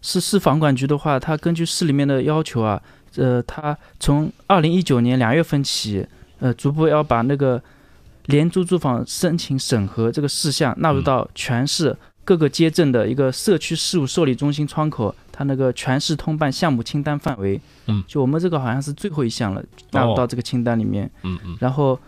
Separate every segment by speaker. Speaker 1: 市市房管局的话，它根据市里面的要求啊，呃，它从二零一九年两月份起，呃，逐步要把那个廉租住房申请审核这个事项纳入到全市各个街镇的一个社区事务受理中心窗口，它那个全市通办项目清单范围。
Speaker 2: 嗯
Speaker 1: 就我们这个好像是最后一项了，纳入到这个清单里面。
Speaker 2: 嗯嗯
Speaker 1: 然后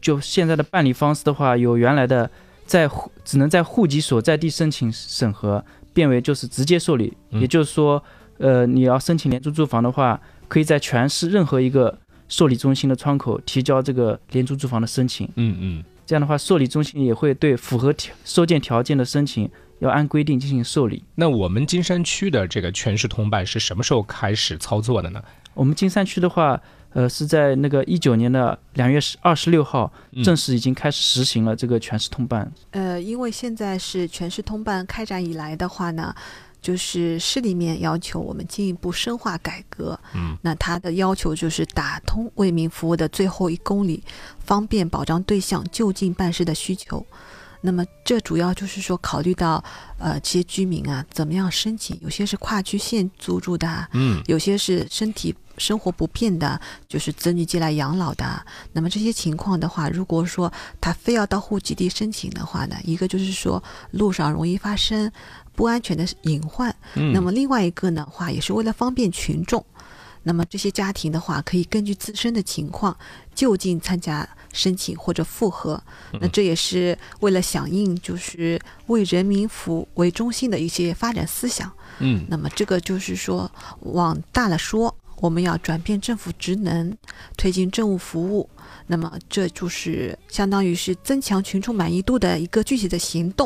Speaker 1: 就现在的办理方式的话，有原来的在户只能在户籍所在地申请审核，变为就是直接受理。
Speaker 2: 嗯
Speaker 1: 也就是说，呃，你要申请廉租住房的话，可以在全市任何一个受理中心的窗口提交这个廉租住房的申请。
Speaker 2: 嗯嗯，
Speaker 1: 这样的话，受理中心也会对符合条收件条件的申请，要按规定进行受理。
Speaker 2: 那我们金山区的这个全市通办是什么时候开始操作的呢？
Speaker 1: 我们金山区的话，呃，是在那个一九年的两月十二十六号
Speaker 2: 嗯
Speaker 1: 正式已经开始实行了这个全市通办。
Speaker 3: 呃，因为现在是全市通办开展以来的话呢，就是市里面要求我们进一步深化改革。
Speaker 2: 嗯，
Speaker 3: 那它的要求就是打通为民服务的最后一公里，方便保障对象就近办事的需求。那么这主要就是说考虑到呃这些居民啊怎么样申请，有些是跨区县租住的啊、
Speaker 2: 嗯
Speaker 3: 有些是身体生活不便的，就是子女寄来养老的。那么这些情况的话，如果说他非要到户籍地申请的话呢，一个就是说路上容易发生不安全的隐患，
Speaker 2: 嗯，
Speaker 3: 那么另外一个呢话也是为了方便群众。那么这些家庭的话，可以根据自身的情况就近参加申请或者复核。那这也是为了响应就是为人民服务为中心的一些发展思想。
Speaker 2: 嗯
Speaker 3: 那么这个就是说，往大了说，我们要转变政府职能，推进政务服务。那么这就是相当于是增强群众满意度的一个具体的行动。